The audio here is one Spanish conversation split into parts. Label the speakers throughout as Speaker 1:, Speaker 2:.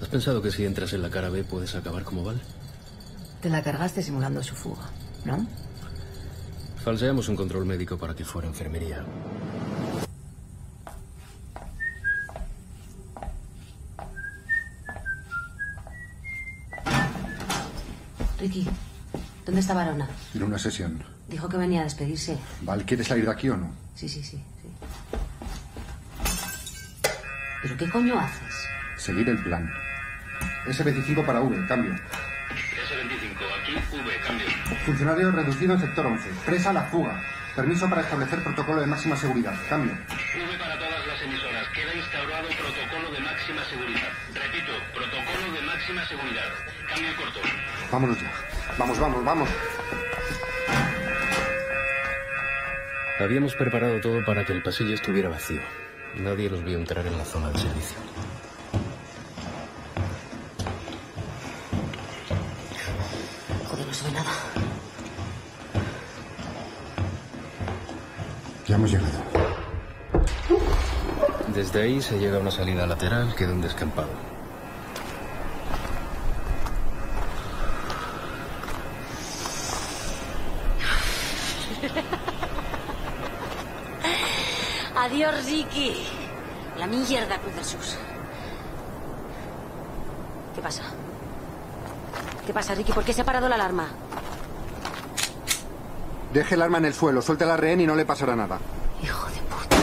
Speaker 1: ¿Has pensado que si entras en la cara B puedes acabar como Val?
Speaker 2: Te la cargaste simulando su fuga, ¿no?
Speaker 1: Falseamos un control médico para que fuera enfermería.
Speaker 2: Ricky, ¿dónde está Barona?
Speaker 3: En una sesión.
Speaker 2: Dijo que venía a despedirse.
Speaker 3: Val, ¿quieres salir de aquí o no?
Speaker 2: Sí, sí, sí, sí. ¿Pero qué coño haces?
Speaker 3: Seguir el plan. S25 para V, cambio.
Speaker 4: S25, aquí V, cambio.
Speaker 3: Funcionario reducido en sector 11. Presa a la fuga. Permiso para establecer protocolo de máxima seguridad. Cambio.
Speaker 4: V para todas las emisoras. Queda instaurado protocolo de máxima seguridad. Repito, protocolo de máxima seguridad. Cambio corto.
Speaker 3: Vámonos ya. Vamos, vamos, vamos.
Speaker 1: Habíamos preparado todo para que el pasillo estuviera vacío. Nadie nos vio entrar en la zona de servicio.
Speaker 2: Joder, no se ve nada.
Speaker 3: Ya hemos llegado.
Speaker 1: Desde ahí se llega a una salida lateral que da un descampado.
Speaker 5: Adiós, Ricky. La mierda, Cruz del Sus. ¿Qué pasa? ¿Qué pasa, Ricky? ¿Por qué se ha parado la alarma?
Speaker 3: Deje el arma en el suelo, suelte la rehén y no le pasará nada.
Speaker 5: Hijo de puta.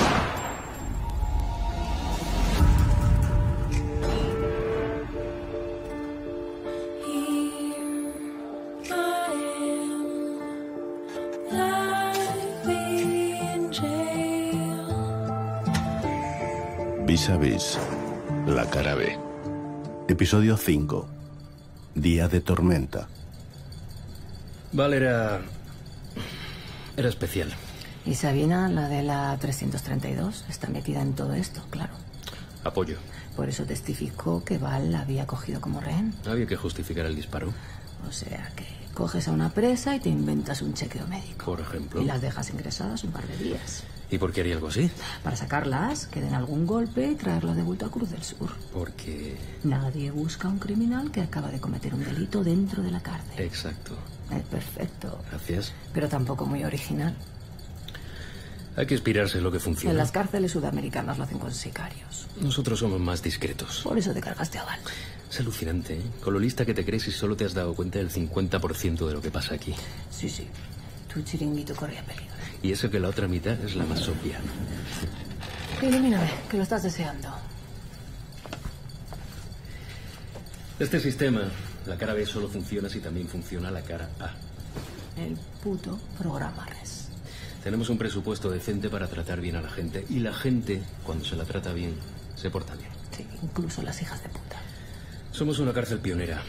Speaker 6: Vis a vis. La cara B. Episodio 5. Día de tormenta.
Speaker 1: Val era. era especial.
Speaker 2: Y Sabina, la de la 332, está metida en todo esto, claro.
Speaker 1: Apoyo.
Speaker 2: Por eso testificó que Val la había cogido como rehén.
Speaker 1: Había que justificar el disparo,
Speaker 2: O sea que coges a una presa y te inventas un chequeo médico.
Speaker 1: por ejemplo.
Speaker 2: Y las dejas ingresadas un par de días.
Speaker 1: ¿Y por qué haría algo así?
Speaker 2: Para sacarlas, que den algún golpe y traerlas de vuelta a Cruz del Sur.
Speaker 1: Porque.
Speaker 2: Nadie busca a un criminal que acaba de cometer un delito dentro de la cárcel.
Speaker 1: Exacto.
Speaker 2: Es perfecto,
Speaker 1: Gracias.
Speaker 2: pero tampoco muy original.
Speaker 1: Hay que inspirarse en lo que
Speaker 2: En
Speaker 1: funciona.
Speaker 2: las cárceles sudamericanas lo hacen con sicarios.
Speaker 1: Nosotros somos más discretos.
Speaker 2: Por eso te cargaste a Val.
Speaker 1: Es alucinante, ¿eh? Con lo lista que te crees y solo te has dado cuenta del 50% de lo que pasa aquí.
Speaker 2: Sí, sí. Tu chiringuito corría peligro.
Speaker 1: Y eso que la otra mitad es la más obvia.
Speaker 2: Ilumíname, que lo estás deseando.
Speaker 1: Este sistema, la cara B solo funciona si también funciona la cara A.
Speaker 2: El puto programa res.
Speaker 1: Tenemos un presupuesto decente para tratar bien a la gente y la gente, cuando se la trata bien, se porta bien.
Speaker 2: Sí, incluso las hijas de puta.
Speaker 1: Somos una cárcel pionera,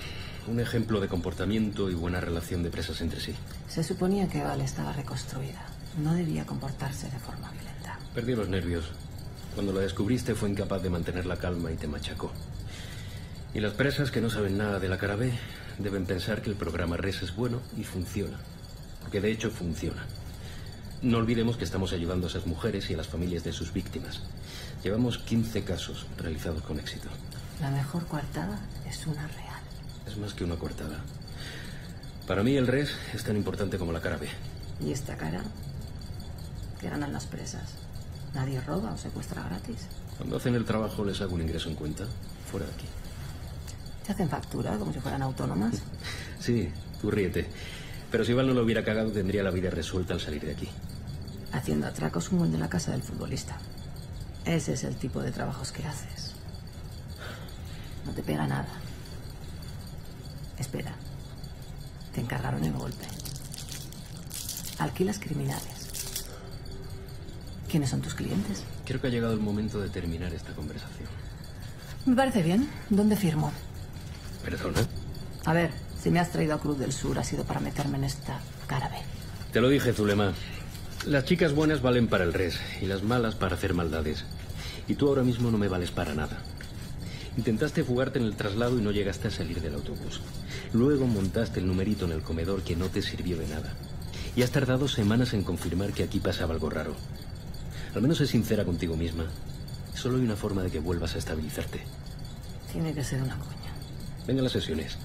Speaker 1: un ejemplo de comportamiento y buena relación de presas entre sí.
Speaker 2: Se suponía que Val estaba reconstruida. No debía comportarse de forma violenta.
Speaker 1: Perdí los nervios. Cuando la descubriste fue incapaz de mantener la calma y te machacó. Y las presas que no saben nada de la cara B deben pensar que el programa RES es bueno y funciona. Porque de hecho funciona. No olvidemos que estamos ayudando a esas mujeres y a las familias de sus víctimas. Llevamos 15 casos realizados con éxito.
Speaker 2: La mejor coartada es una real.
Speaker 1: Es más que una cortada. Para mí el RES es tan importante como la cara B.
Speaker 2: Y esta cara que ganan las presas. Nadie roba o secuestra gratis.
Speaker 1: Cuando hacen el trabajo les hago un ingreso en cuenta. Fuera de aquí.
Speaker 2: Te hacen factura como si fueran autónomas.
Speaker 1: Sí, tú ríete. Pero si Val no lo hubiera cagado, tendría la vida resuelta al salir de aquí.
Speaker 2: Haciendo atracos como el de la casa del futbolista. Ese es el tipo de trabajos que haces. No te pega nada. Espera. Te encargaron el golpe. Alquilas criminales. ¿Quiénes son tus clientes?
Speaker 1: Creo que ha llegado el momento de terminar esta conversación.
Speaker 2: Me parece bien. ¿Dónde firmo?
Speaker 1: Perdona.
Speaker 2: A ver, si me has traído a Cruz del Sur ha sido para meterme en esta cara B.
Speaker 1: Te lo dije, Zulema. Las chicas buenas valen para el res y las malas para hacer maldades. Y tú ahora mismo no me vales para nada. Intentaste fugarte en el traslado y no llegaste a salir del autobús. Luego montaste el numerito en el comedor que no te sirvió de nada. Y has tardado semanas en confirmar que aquí pasaba algo raro. Al menos es sincera contigo misma. Solo hay una forma de que vuelvas a estabilizarte.
Speaker 7: Tiene que ser una coña.
Speaker 1: Ven a las sesiones.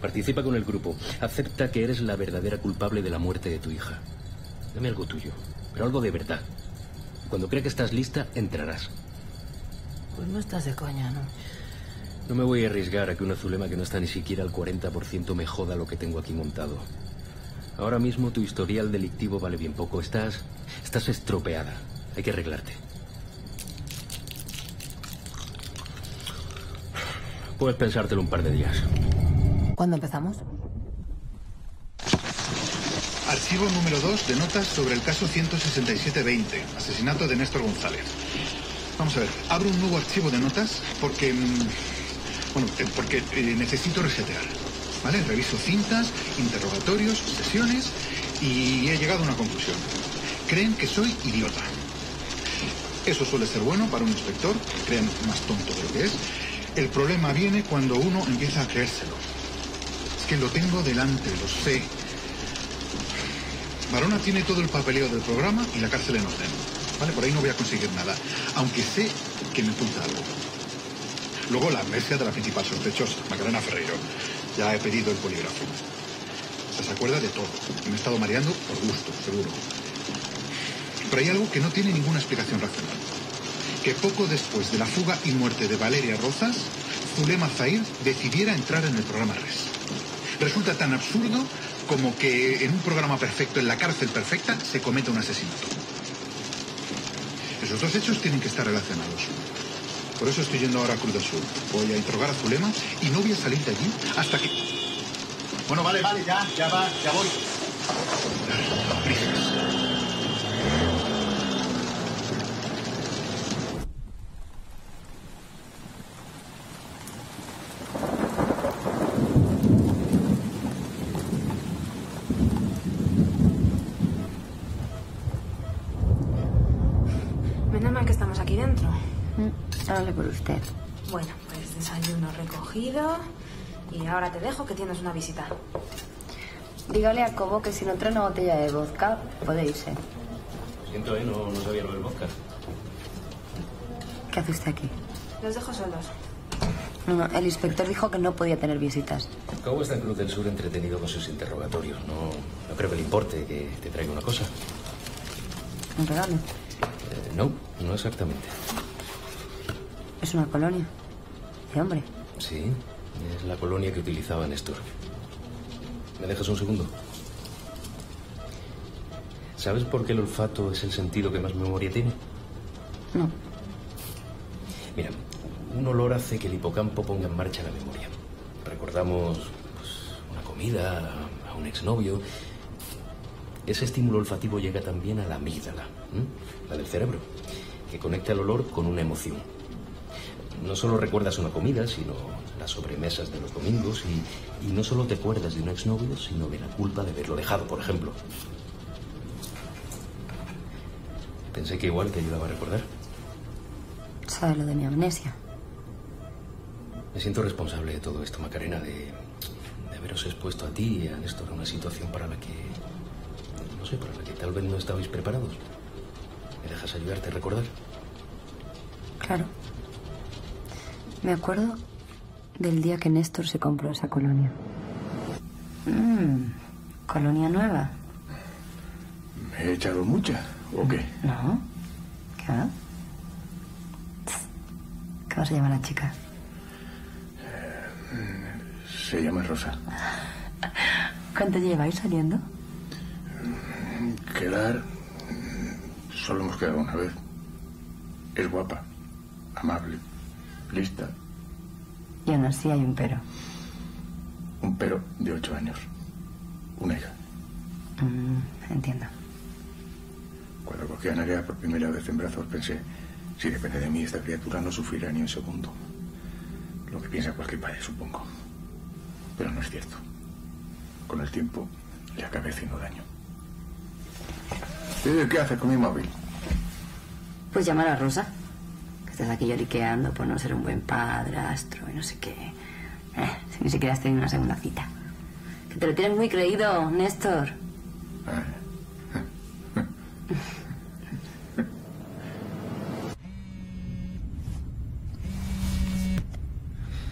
Speaker 1: Participa con el grupo. Acepta que eres la verdadera culpable de la muerte de tu hija. Dame algo tuyo, pero algo de verdad. Cuando crea que estás lista, entrarás.
Speaker 7: Pues no estás de coña, ¿no?
Speaker 1: No me voy a arriesgar a que una Zulema que no está ni siquiera al 40% me joda lo que tengo aquí montado. Ahora mismo tu historial delictivo vale bien poco. Estás. estás estropeada. Hay que arreglarte. Puedes pensártelo un par de días.
Speaker 7: ¿Cuándo empezamos?
Speaker 8: Archivo número 2 de notas sobre el caso 16720, asesinato de Néstor González. Vamos a ver, abro un nuevo archivo de notas porque... mm, Bueno, eh, porque eh, necesito resetear. ¿Vale? Reviso cintas, interrogatorios, sesiones y he llegado a una conclusión. Creen que soy idiota. Eso suele ser bueno para un inspector, que crean más tonto de lo que es. El problema viene cuando uno empieza a creérselo. Es que lo tengo delante, lo sé. Barona tiene todo el papeleo del programa y la cárcel en orden. ¿Vale? Por ahí no voy a conseguir nada. Aunque sé que me apunta algo. Luego la amnesia de la principal sospechosa, Macarena Ferreiro. Ya he pedido el polígrafo. O sea, Se acuerda de todo. Y Me he estado mareando por gusto, seguro. Pero hay algo que no tiene ninguna explicación racional. Que poco después de la fuga y muerte de Valeria Rozas, Zulema Zahir decidiera entrar en el programa RES. Resulta tan absurdo como que en un programa perfecto, en la cárcel perfecta, se cometa un asesinato. Esos dos hechos tienen que estar relacionados. Por eso estoy yendo ahora a Cruz del Sur. Voy a interrogar a Zulema y no voy a salir de allí hasta que...
Speaker 9: Bueno, vale, vale, ya, ya va, ya voy.
Speaker 10: Menos mal que estamos aquí dentro.
Speaker 7: Sale por usted.
Speaker 10: Bueno, pues desayuno recogido. Y ahora te dejo que tienes una visita.
Speaker 2: Dígale a Cobo que si no trae una botella de vodka, puede irse.
Speaker 1: Siento, ¿eh? No, no sabía lo del vodka.
Speaker 2: ¿Qué hace usted aquí?
Speaker 10: Los dejo solos.
Speaker 2: No, no, el inspector dijo que no podía tener visitas.
Speaker 1: Cabo está en Cruz del Sur entretenido con sus interrogatorios. No, no creo que le importe que te traiga una cosa.
Speaker 2: Un regalo.
Speaker 1: Eh, no, no exactamente.
Speaker 2: Es una colonia. De hombre.
Speaker 1: Sí, es la colonia que utilizaba Néstor. ¿Me dejas un segundo? ¿Sabes por qué el olfato es el sentido que más memoria tiene?
Speaker 2: No.
Speaker 1: Mira, un olor hace que el hipocampo ponga en marcha la memoria. Recordamos pues, una comida, a un exnovio. Ese estímulo olfativo llega también a la amígdala, ¿m? la del cerebro, que conecta el olor con una emoción. No solo recuerdas una comida, sino las sobremesas de los domingos y, y no solo te acuerdas de un exnovio, sino de la culpa de haberlo dejado, por ejemplo. Pensé que igual te ayudaba a recordar.
Speaker 2: ¿Sabe lo de mi amnesia?
Speaker 1: Me siento responsable de todo esto, Macarena, de, de haberos expuesto a ti y a Néstor a una situación para la que. No sé, para la que tal vez no estabais preparados. ¿Me dejas ayudarte a recordar?
Speaker 2: Claro. Me acuerdo del día que Néstor se compró esa colonia. Mm, colonia nueva.
Speaker 11: ¿Me he echado mucha o qué?
Speaker 2: ¿No? ¿Qué va? Tss. ¿Cómo se llama la chica?
Speaker 11: Se llama Rosa.
Speaker 2: ¿Cuánto lleváis saliendo?
Speaker 11: Quedar. mm, Solo hemos quedado una vez. Es guapa, amable, lista.
Speaker 2: Y aún así hay un pero.
Speaker 11: Un pero de ocho años. Una hija.
Speaker 2: Mm, entiendo.
Speaker 11: Cuando cogí a Nerea por primera vez en brazos pensé, si depende de mí esta criatura no sufrirá ni un segundo. Lo que piensa cualquier padre, supongo. Pero no es cierto. Con el tiempo le acabé haciendo daño. Eh, ¿Qué haces con mi móvil?
Speaker 2: Pues llamar a Rosa. Que estás aquí lloriqueando por no ser un buen padrastro y no sé qué. Eh, si ni siquiera has tenido una segunda cita. Que te lo tienes muy creído, Néstor.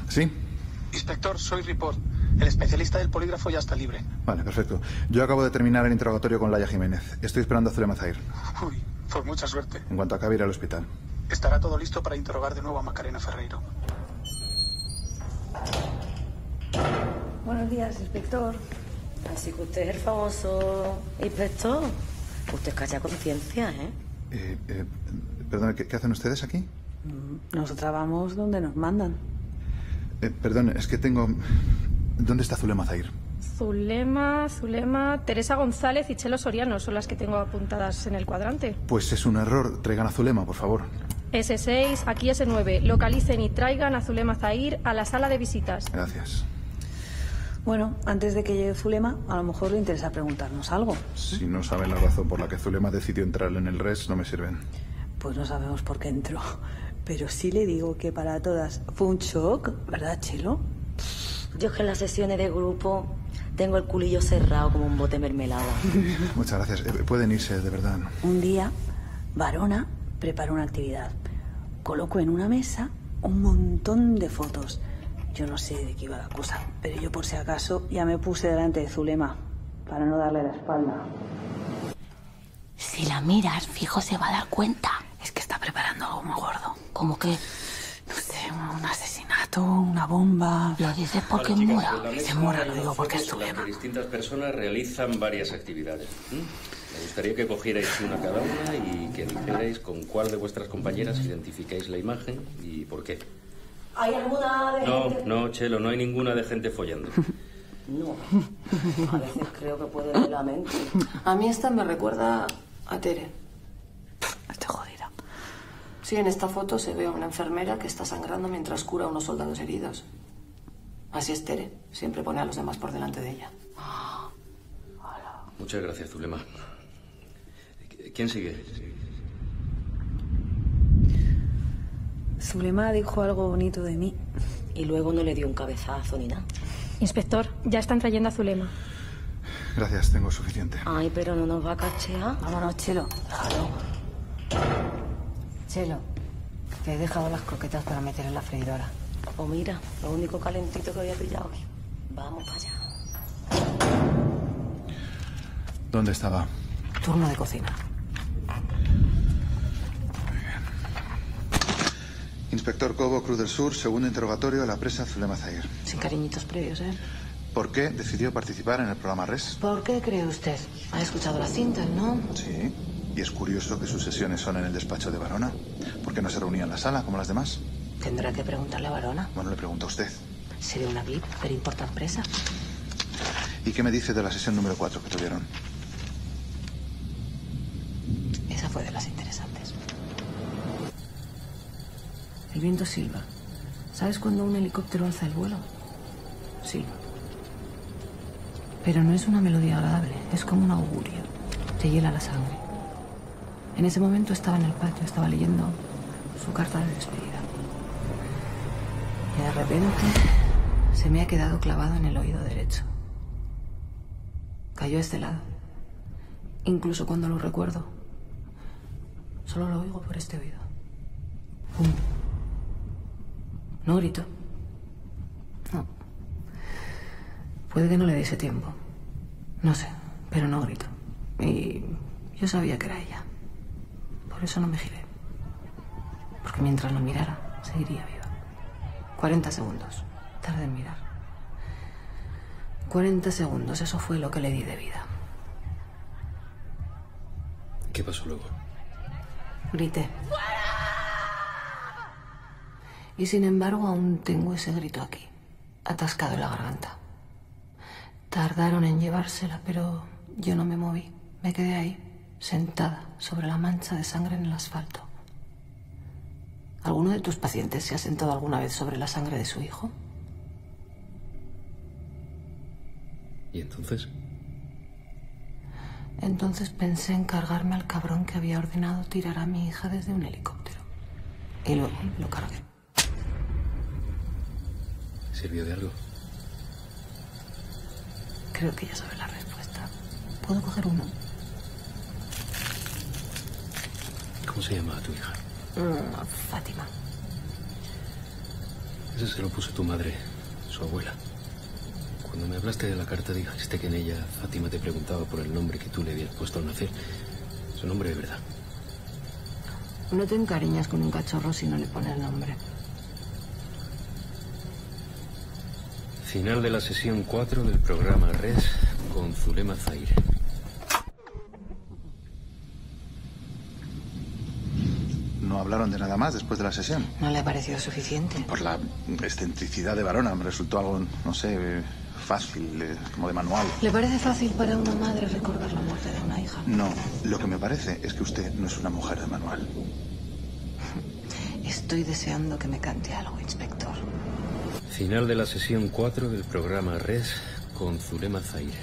Speaker 8: Sí,
Speaker 12: Inspector, soy Report. El especialista del polígrafo ya está libre.
Speaker 8: vale, perfecto. Yo acabo de terminar el interrogatorio con Laia Jiménez. Estoy esperando a Zulema Zahir.
Speaker 12: Uy, por mucha suerte.
Speaker 8: En cuanto acabe, iré al hospital.
Speaker 12: Estará todo listo para interrogar de nuevo a Macarena Ferreiro.
Speaker 13: Buenos días, inspector. Así que usted es el famoso inspector. Usted calla conciencia, ¿eh?
Speaker 8: Eh, eh, perdón, ¿qué, qué hacen ustedes aquí?
Speaker 13: Nosotras vamos donde nos mandan.
Speaker 8: Eh, perdón, es que tengo... ¿Dónde está Zulema Zahir?
Speaker 10: Zulema, Zulema, Teresa González y Chelo Soriano son las que tengo apuntadas en el cuadrante.
Speaker 8: Pues es un error. Traigan a Zulema, por favor.
Speaker 10: S6, aquí S9. Localicen y traigan a Zulema Zahir a la sala de visitas.
Speaker 8: Gracias.
Speaker 13: Bueno, antes de que llegue Zulema, a lo mejor le interesa preguntarnos algo.
Speaker 8: Si no saben la razón por la que Zulema decidió entrar en el res, no me sirven.
Speaker 13: Pues no sabemos por qué entró. Pero sí le digo que para todas fue un shock, ¿verdad, Chelo?
Speaker 14: Yo es que en las sesiones de grupo tengo el culillo cerrado como un bote de mermelada.
Speaker 8: Muchas gracias. Eh, pueden irse, de verdad.
Speaker 13: Un día, Varona preparó una actividad. Colocó en una mesa un montón de fotos. Yo no sé de qué iba la cosa, pero yo por si acaso ya me puse delante de Zulema para no darle la espalda.
Speaker 15: Si la miras, fijo se va a dar cuenta.
Speaker 13: Es que está preparando algo muy gordo.
Speaker 15: ¿Cómo que?
Speaker 13: No sé, un, un asesinato, una bomba.
Speaker 15: Lo dices porque es
Speaker 13: Vale, chicos,
Speaker 15: mora.
Speaker 13: la mesa Dice mora, hay lo digo unas porque es fotos en
Speaker 1: las que distintas personas realizan varias actividades. Me gustaría que cogierais una cada una y que dijerais con cuál de vuestras compañeras identificáis la imagen y por qué.
Speaker 14: ¿Hay alguna de
Speaker 1: No, no, Chelo, no hay ninguna de gente follando.
Speaker 14: No. A veces creo que puede ver la mente.
Speaker 2: A mí esta me recuerda a Tere.
Speaker 13: Estoy jodida.
Speaker 2: Sí, en esta foto se ve a una enfermera que está sangrando mientras cura a unos soldados heridos. Así es Tere. Siempre pone a los demás por delante de ella.
Speaker 1: Muchas gracias, Zulema. ¿Quién sigue?
Speaker 13: Zulema dijo algo bonito de mí.
Speaker 14: Y luego no le dio un cabezazo ni nada.
Speaker 10: Inspector, ya están trayendo a Zulema.
Speaker 8: Gracias, tengo suficiente.
Speaker 14: Ay, pero no nos va a cachear.
Speaker 13: Vámonos, Chelo.
Speaker 14: Chelo,
Speaker 5: Te he dejado las croquetas para meter en la freidora.
Speaker 14: O mira, lo único calentito que había pillado hoy. Vamos para allá.
Speaker 8: ¿Dónde estaba?
Speaker 2: Turno de cocina.
Speaker 8: Inspector Cobo, Cruz del Sur, segundo interrogatorio a la presa Zulema Zahir.
Speaker 2: Sin cariñitos previos, ¿eh?
Speaker 8: ¿Por qué decidió participar en el programa RES?
Speaker 2: ¿Por qué cree usted? Ha escuchado las cintas, ¿no?
Speaker 8: Sí. Y es curioso que sus sesiones son en el despacho de Barona. ¿Por qué no se reunía en la sala como las demás?
Speaker 2: Tendrá que preguntarle a Varona.
Speaker 8: Bueno, le pregunto a usted.
Speaker 2: Sería una VIP, pero importa presa.
Speaker 8: ¿Y qué me dice de la sesión número 4 que tuvieron?
Speaker 2: Esa fue de las interesantes. El viento silba. ¿Sabes cuando un helicóptero alza el vuelo? Silba. Pero no es una melodía agradable, es como un augurio. Te hiela la sangre. En ese momento estaba en el patio, estaba leyendo su carta de despedida. Y de repente se me ha quedado clavado en el oído derecho. Cayó a este lado. Incluso cuando lo recuerdo, solo lo oigo por este oído. Pum. No grito. No. Puede que no le diese tiempo. No sé, pero no grito. Y yo sabía que era ella. Por eso no me giré. Porque mientras lo mirara, seguiría viva. 40 segundos. Tarde en mirar. 40 segundos, eso fue lo que le di de vida.
Speaker 1: ¿Qué pasó luego?
Speaker 2: Grité. Y sin embargo, aún tengo ese grito aquí, atascado en la garganta. Tardaron en llevársela, pero yo no me moví. Me quedé ahí, sentada, sobre la mancha de sangre en el asfalto. ¿Alguno de tus pacientes se ha sentado alguna vez sobre la sangre de su hijo?
Speaker 1: ¿Y entonces?
Speaker 2: Entonces pensé en cargarme al cabrón que había ordenado tirar a mi hija desde un helicóptero. Y luego lo cargué.
Speaker 1: ¿Sirvió de algo?
Speaker 2: Creo que ya sabes la respuesta. ¿Puedo coger uno?
Speaker 1: ¿Cómo se llama tu hija?
Speaker 2: Mm, Fátima.
Speaker 1: Ese se lo puso tu madre, su abuela. Cuando me hablaste de la carta dijiste que en ella Fátima te preguntaba por el nombre que tú le habías puesto al nacer. Su nombre de verdad.
Speaker 2: No te encariñas con un cachorro si no le pones nombre.
Speaker 1: Final de la sesión 4 del programa Res con Zulema Zaire.
Speaker 8: No hablaron de nada más después de la sesión.
Speaker 2: ¿No le ha parecido suficiente?
Speaker 8: Por la excentricidad de Varona me resultó algo, no sé, fácil, eh, como de manual.
Speaker 2: ¿Le parece fácil para una madre recordar la muerte de una hija?
Speaker 8: No, lo que me parece es que usted no es una mujer de manual.
Speaker 2: Estoy deseando que me cante algo, inspector.
Speaker 1: Final de la sesión 4 del programa Res con Zulema Zaire.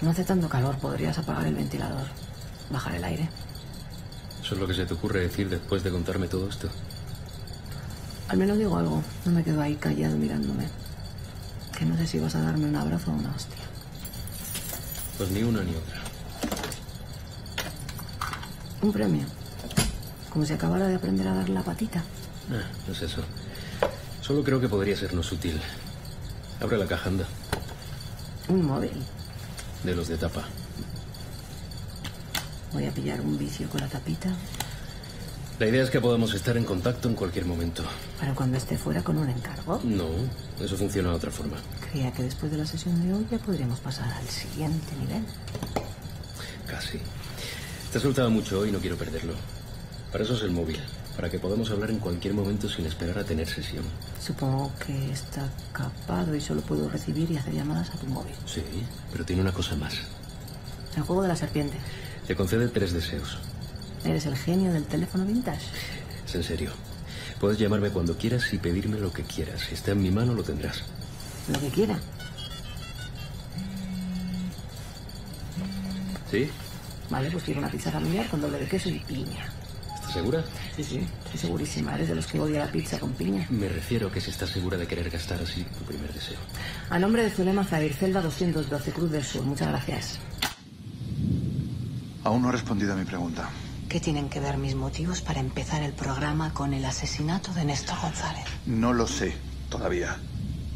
Speaker 2: No hace tanto calor, podrías apagar el ventilador, bajar el aire.
Speaker 1: Eso es lo que se te ocurre decir después de contarme todo esto.
Speaker 2: Al menos digo algo, no me quedo ahí callado mirándome. Que no sé si vas a darme un abrazo o una hostia.
Speaker 1: Pues ni una ni otra.
Speaker 2: Un premio. Como si acabara de aprender a dar la patita.
Speaker 1: Ah, no es eso. Solo creo que podría sernos útil. Abre la caja, anda.
Speaker 2: Un móvil.
Speaker 1: De los de tapa.
Speaker 2: Voy a pillar un vicio con la tapita.
Speaker 1: La idea es que podamos estar en contacto en cualquier momento.
Speaker 2: Para cuando esté fuera con un encargo.
Speaker 1: No, eso funciona de otra forma.
Speaker 2: Creía que después de la sesión de hoy ya podríamos pasar al siguiente nivel.
Speaker 1: Casi. Te has soltado mucho hoy y no quiero perderlo. Para eso es el móvil. Para que podamos hablar en cualquier momento sin esperar a tener sesión.
Speaker 2: Supongo que está capado y solo puedo recibir y hacer llamadas a tu móvil.
Speaker 1: Sí, pero tiene una cosa más.
Speaker 2: El juego de la serpiente.
Speaker 1: Te concede tres deseos.
Speaker 2: Eres el genio del teléfono vintage.
Speaker 1: Es en serio. Puedes llamarme cuando quieras y pedirme lo que quieras. Si está en mi mano, lo tendrás.
Speaker 2: Lo que quiera.
Speaker 1: ¿Sí?
Speaker 2: Vale, pues quiero una pizza familiar con doble de queso y piña.
Speaker 1: ¿Estás segura?
Speaker 2: Sí, sí, estoy segurísima. Eres de los que odia la pizza con piña.
Speaker 1: Me refiero a que si estás segura de querer gastar así tu primer deseo.
Speaker 2: A nombre de Zulema Zair, celda 212, Cruz del Sur. Muchas gracias.
Speaker 8: Aún no ha respondido a mi pregunta.
Speaker 2: ¿Qué tienen que ver mis motivos para empezar el programa con el asesinato de Néstor González?
Speaker 8: No lo sé todavía.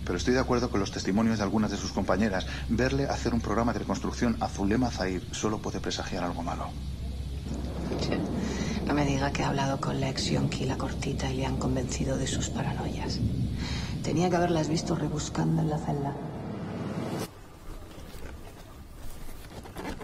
Speaker 8: Pero estoy de acuerdo con los testimonios de algunas de sus compañeras. Verle hacer un programa de reconstrucción a Zulema Zahir solo puede presagiar algo malo.
Speaker 2: No me diga que ha hablado con Lex Yonki y la cortita y le han convencido de sus paranoias. Tenía que haberlas visto rebuscando en la celda.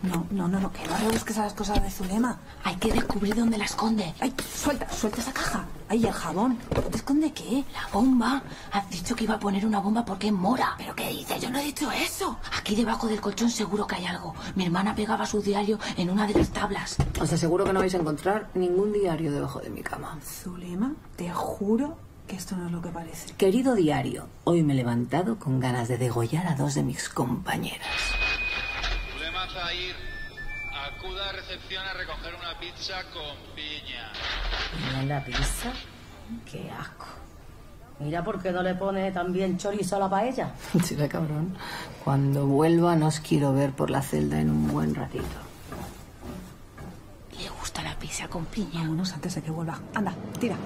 Speaker 13: No, no, no, no, que no rebusques a las cosas de Zulema. Hay que descubrir dónde la esconde. Ay, suelta, suelta esa caja. Ay, el jabón. ¿Te esconde qué?
Speaker 15: La bomba. Has dicho que iba a poner una bomba porque es mora.
Speaker 13: ¿Pero qué dices? Yo no he dicho eso.
Speaker 15: Aquí debajo del colchón seguro que hay algo. Mi hermana pegaba su diario en una de las tablas.
Speaker 2: Os aseguro que no vais a encontrar ningún diario debajo de mi cama.
Speaker 13: Zulema, te juro que esto no es lo que parece.
Speaker 2: Querido diario, hoy me he levantado con ganas de degollar a dos de mis compañeras.
Speaker 4: Zahir, acuda a recepción a recoger una pizza con piña.
Speaker 16: ¿Una pizza? Qué asco. Mira por qué no le pone también chorizo a la paella.
Speaker 2: Chile, cabrón. Cuando vuelva, no os quiero ver por la celda en un buen ratito.
Speaker 15: Le gusta la pizza con piña.
Speaker 13: Vámonos antes de que vuelva. Anda, tira.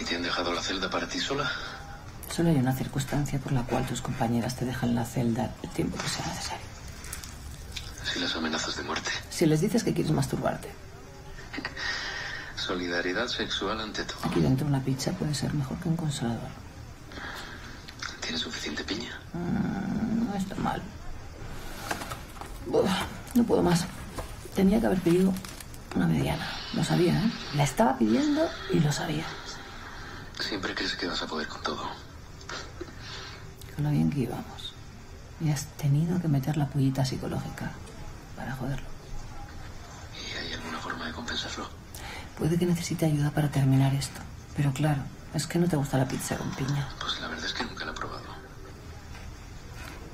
Speaker 4: ¿Y te han dejado la celda para ti sola?
Speaker 2: Solo hay una circunstancia por la cual tus compañeras te dejan la celda el tiempo que sea necesario.
Speaker 4: Si las amenazas de muerte.
Speaker 2: Si les dices que quieres masturbarte.
Speaker 4: Solidaridad sexual ante todo.
Speaker 2: Aquí dentro una pizza puede ser mejor que un consolador.
Speaker 4: ¿Tienes suficiente piña?
Speaker 2: Mm, no está mal. Uf, no puedo más. Tenía que haber pedido una mediana. Lo sabía, ¿eh? La estaba pidiendo y lo sabía.
Speaker 4: Siempre crees que vas a poder con todo
Speaker 2: con lo bien que íbamos. Y has tenido que meter la pullita psicológica para joderlo.
Speaker 4: ¿Y hay alguna forma de compensarlo?
Speaker 2: Puede que necesite ayuda para terminar esto. Pero claro, es que no te gusta la pizza con piña.
Speaker 4: Pues la verdad es que nunca la he probado.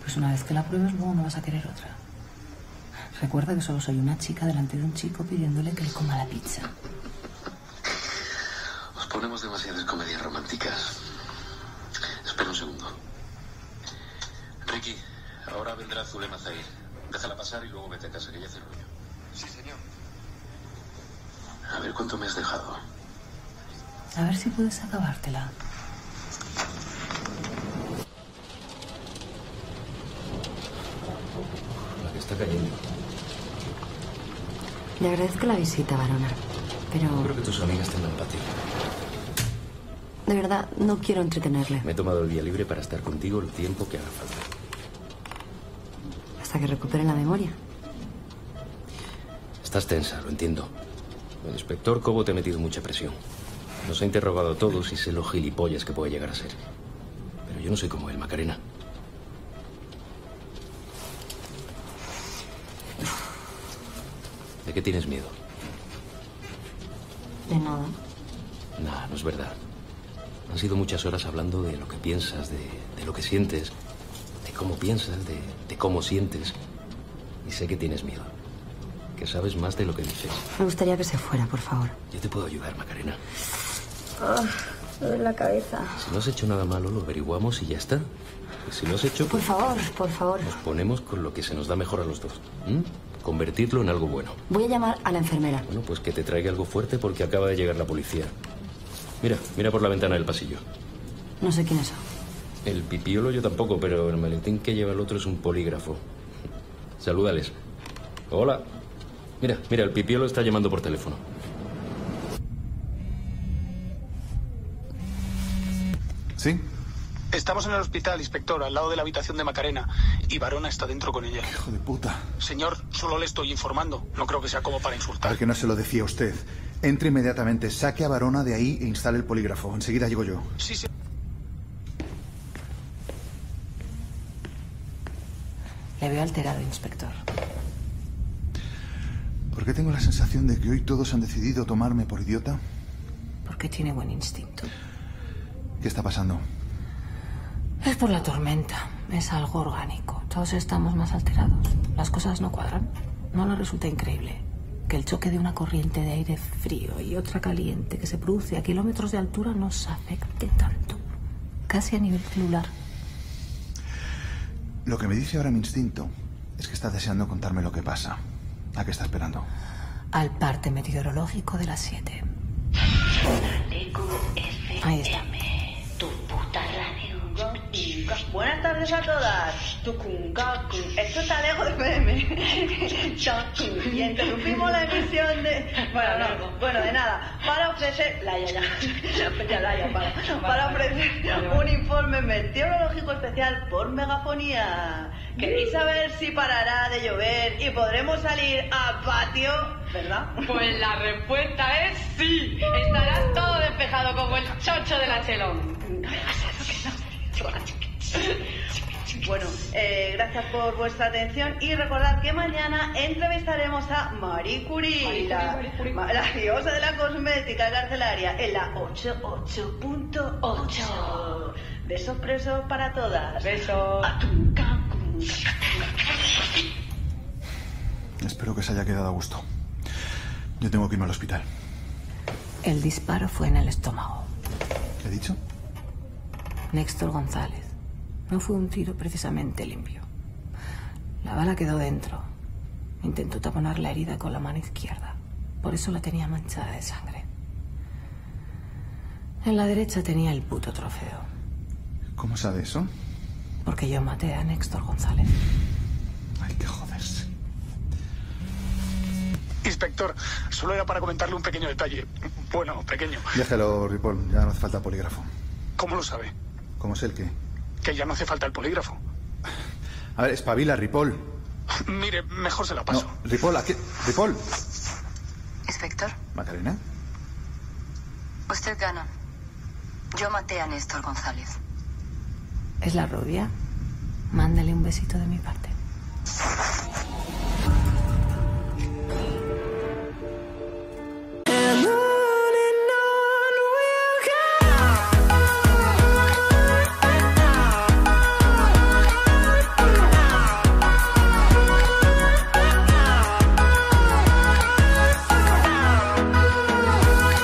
Speaker 2: Pues una vez que la pruebes, luego no vas a querer otra. Recuerda que solo soy una chica delante de un chico pidiéndole que le coma la pizza.
Speaker 4: Os ponemos demasiadas comedias románticas. Espera un segundo. Ricky, ahora vendrá Zulema Zahir. Déjala pasar y luego vete a casa, que ya hace ruido.
Speaker 12: Sí, señor.
Speaker 4: A ver, saber cuánto me has dejado.
Speaker 2: A ver si puedes acabártela.
Speaker 1: La que está cayendo.
Speaker 16: Le agradezco la visita, varona. Pero
Speaker 1: Creo que tus amigas tendrán patio.
Speaker 16: de verdad no quiero entretenerle
Speaker 1: Me he tomado el día libre para estar contigo el tiempo que haga falta.
Speaker 16: hasta que recupere la memoria.
Speaker 1: Estás tensa, lo entiendo. El inspector Cobo te ha metido mucha presión. Nos ha interrogado a todos y sé lo gilipollas que puede llegar a ser. Pero yo no soy como él, Macarena. ¿De qué tienes miedo?
Speaker 16: De nada.
Speaker 1: Nah, no es verdad. Han sido muchas horas hablando de lo que piensas, de, de lo que sientes, de cómo piensas, de, de cómo sientes. Y sé que tienes miedo. Que sabes más de lo que dices.
Speaker 16: Me gustaría que se fuera, por favor.
Speaker 1: Yo te puedo ayudar, Macarena.
Speaker 16: me duele la cabeza.
Speaker 1: Si no has hecho nada malo, lo averiguamos y ya está. Y si lo has hecho,
Speaker 16: Por favor, por favor.
Speaker 1: nos ponemos con lo que se nos da mejor a los dos. ¿m? Convertirlo en algo bueno.
Speaker 16: Voy a llamar a la enfermera.
Speaker 1: Bueno, pues que te traiga algo fuerte porque acaba de llegar la policía. Mira, mira por la ventana del pasillo.
Speaker 16: No sé quiénes son.
Speaker 1: El pipiolo yo tampoco, pero el maletín que lleva el otro es un polígrafo. Salúdales. Hola. Mira, mira, el pipiolo está llamando por teléfono.
Speaker 8: ¿Sí?
Speaker 12: Estamos en el hospital, inspector, al lado de la habitación de Macarena. Y Varona está dentro con ella.
Speaker 8: Hijo de puta.
Speaker 12: Señor, solo le estoy informando. No creo que sea como para insultar.
Speaker 8: Al que no se lo decía usted. Entre inmediatamente, saque a Varona de ahí e instale el polígrafo. Enseguida llego yo.
Speaker 12: Sí, sí.
Speaker 2: Le veo alterado, inspector.
Speaker 8: ¿Por qué tengo la sensación de que hoy todos han decidido tomarme por idiota?
Speaker 2: Porque tiene buen instinto.
Speaker 8: ¿Qué está pasando?
Speaker 2: Es por la tormenta. Es algo orgánico. Todos estamos más alterados. Las cosas no cuadran. No le resulta increíble que el choque de una corriente de aire frío y otra caliente que se produce a kilómetros de altura nos afecte tanto. Casi a nivel celular.
Speaker 8: Lo que me dice ahora mi instinto es que está deseando contarme lo que pasa. ¿A qué está esperando?
Speaker 2: Al parte meteorológico de las 7. Ahí está.
Speaker 17: Buenas tardes a todas. Tucungaku. Esto está lejos de FM. Chacu. Y interrumpimos la emisión de. Bueno, no, bueno, de nada. Para ofrecer. La ya, ya. Ya, la ya, para. Para ofrecer un informe meteorológico especial por megafonía. Queréis saber si parará de llover y podremos salir a patio, ¿verdad?
Speaker 18: Pues la respuesta es sí. Estará todo despejado como el chocho de la chelón.
Speaker 17: Bueno, eh, gracias por vuestra atención y recordad que mañana entrevistaremos a Marie Curie, la, ma- la diosa de la cosmética carcelaria, en la 88.8. Besos presos para todas. Besos.
Speaker 8: Espero que se haya quedado a gusto. Yo tengo que irme al hospital.
Speaker 2: El disparo fue en el estómago.
Speaker 8: ¿Qué he dicho?
Speaker 2: Néstor González. No fue un tiro precisamente limpio. La bala quedó dentro. Intentó taponar la herida con la mano izquierda. Por eso la tenía manchada de sangre. En la derecha tenía el puto trofeo.
Speaker 8: ¿Cómo sabe eso?
Speaker 2: Porque yo maté a Néstor González.
Speaker 8: Hay que joderse.
Speaker 12: Inspector, solo era para comentarle un pequeño detalle. Bueno, pequeño.
Speaker 8: Déjalo, Ripoll. Ya no hace falta polígrafo.
Speaker 12: ¿Cómo lo sabe?
Speaker 8: ¿Cómo es el qué?
Speaker 12: Que ya no hace falta el polígrafo.
Speaker 8: A ver, espabila, Ripoll.
Speaker 12: Mire, mejor se la paso.
Speaker 8: Ripoll, aquí. Ripoll.
Speaker 19: Inspector,
Speaker 8: Macarena.
Speaker 19: usted gana. Yo maté a Néstor González.
Speaker 2: ¿Es la rubia? Mándale un besito de mi parte.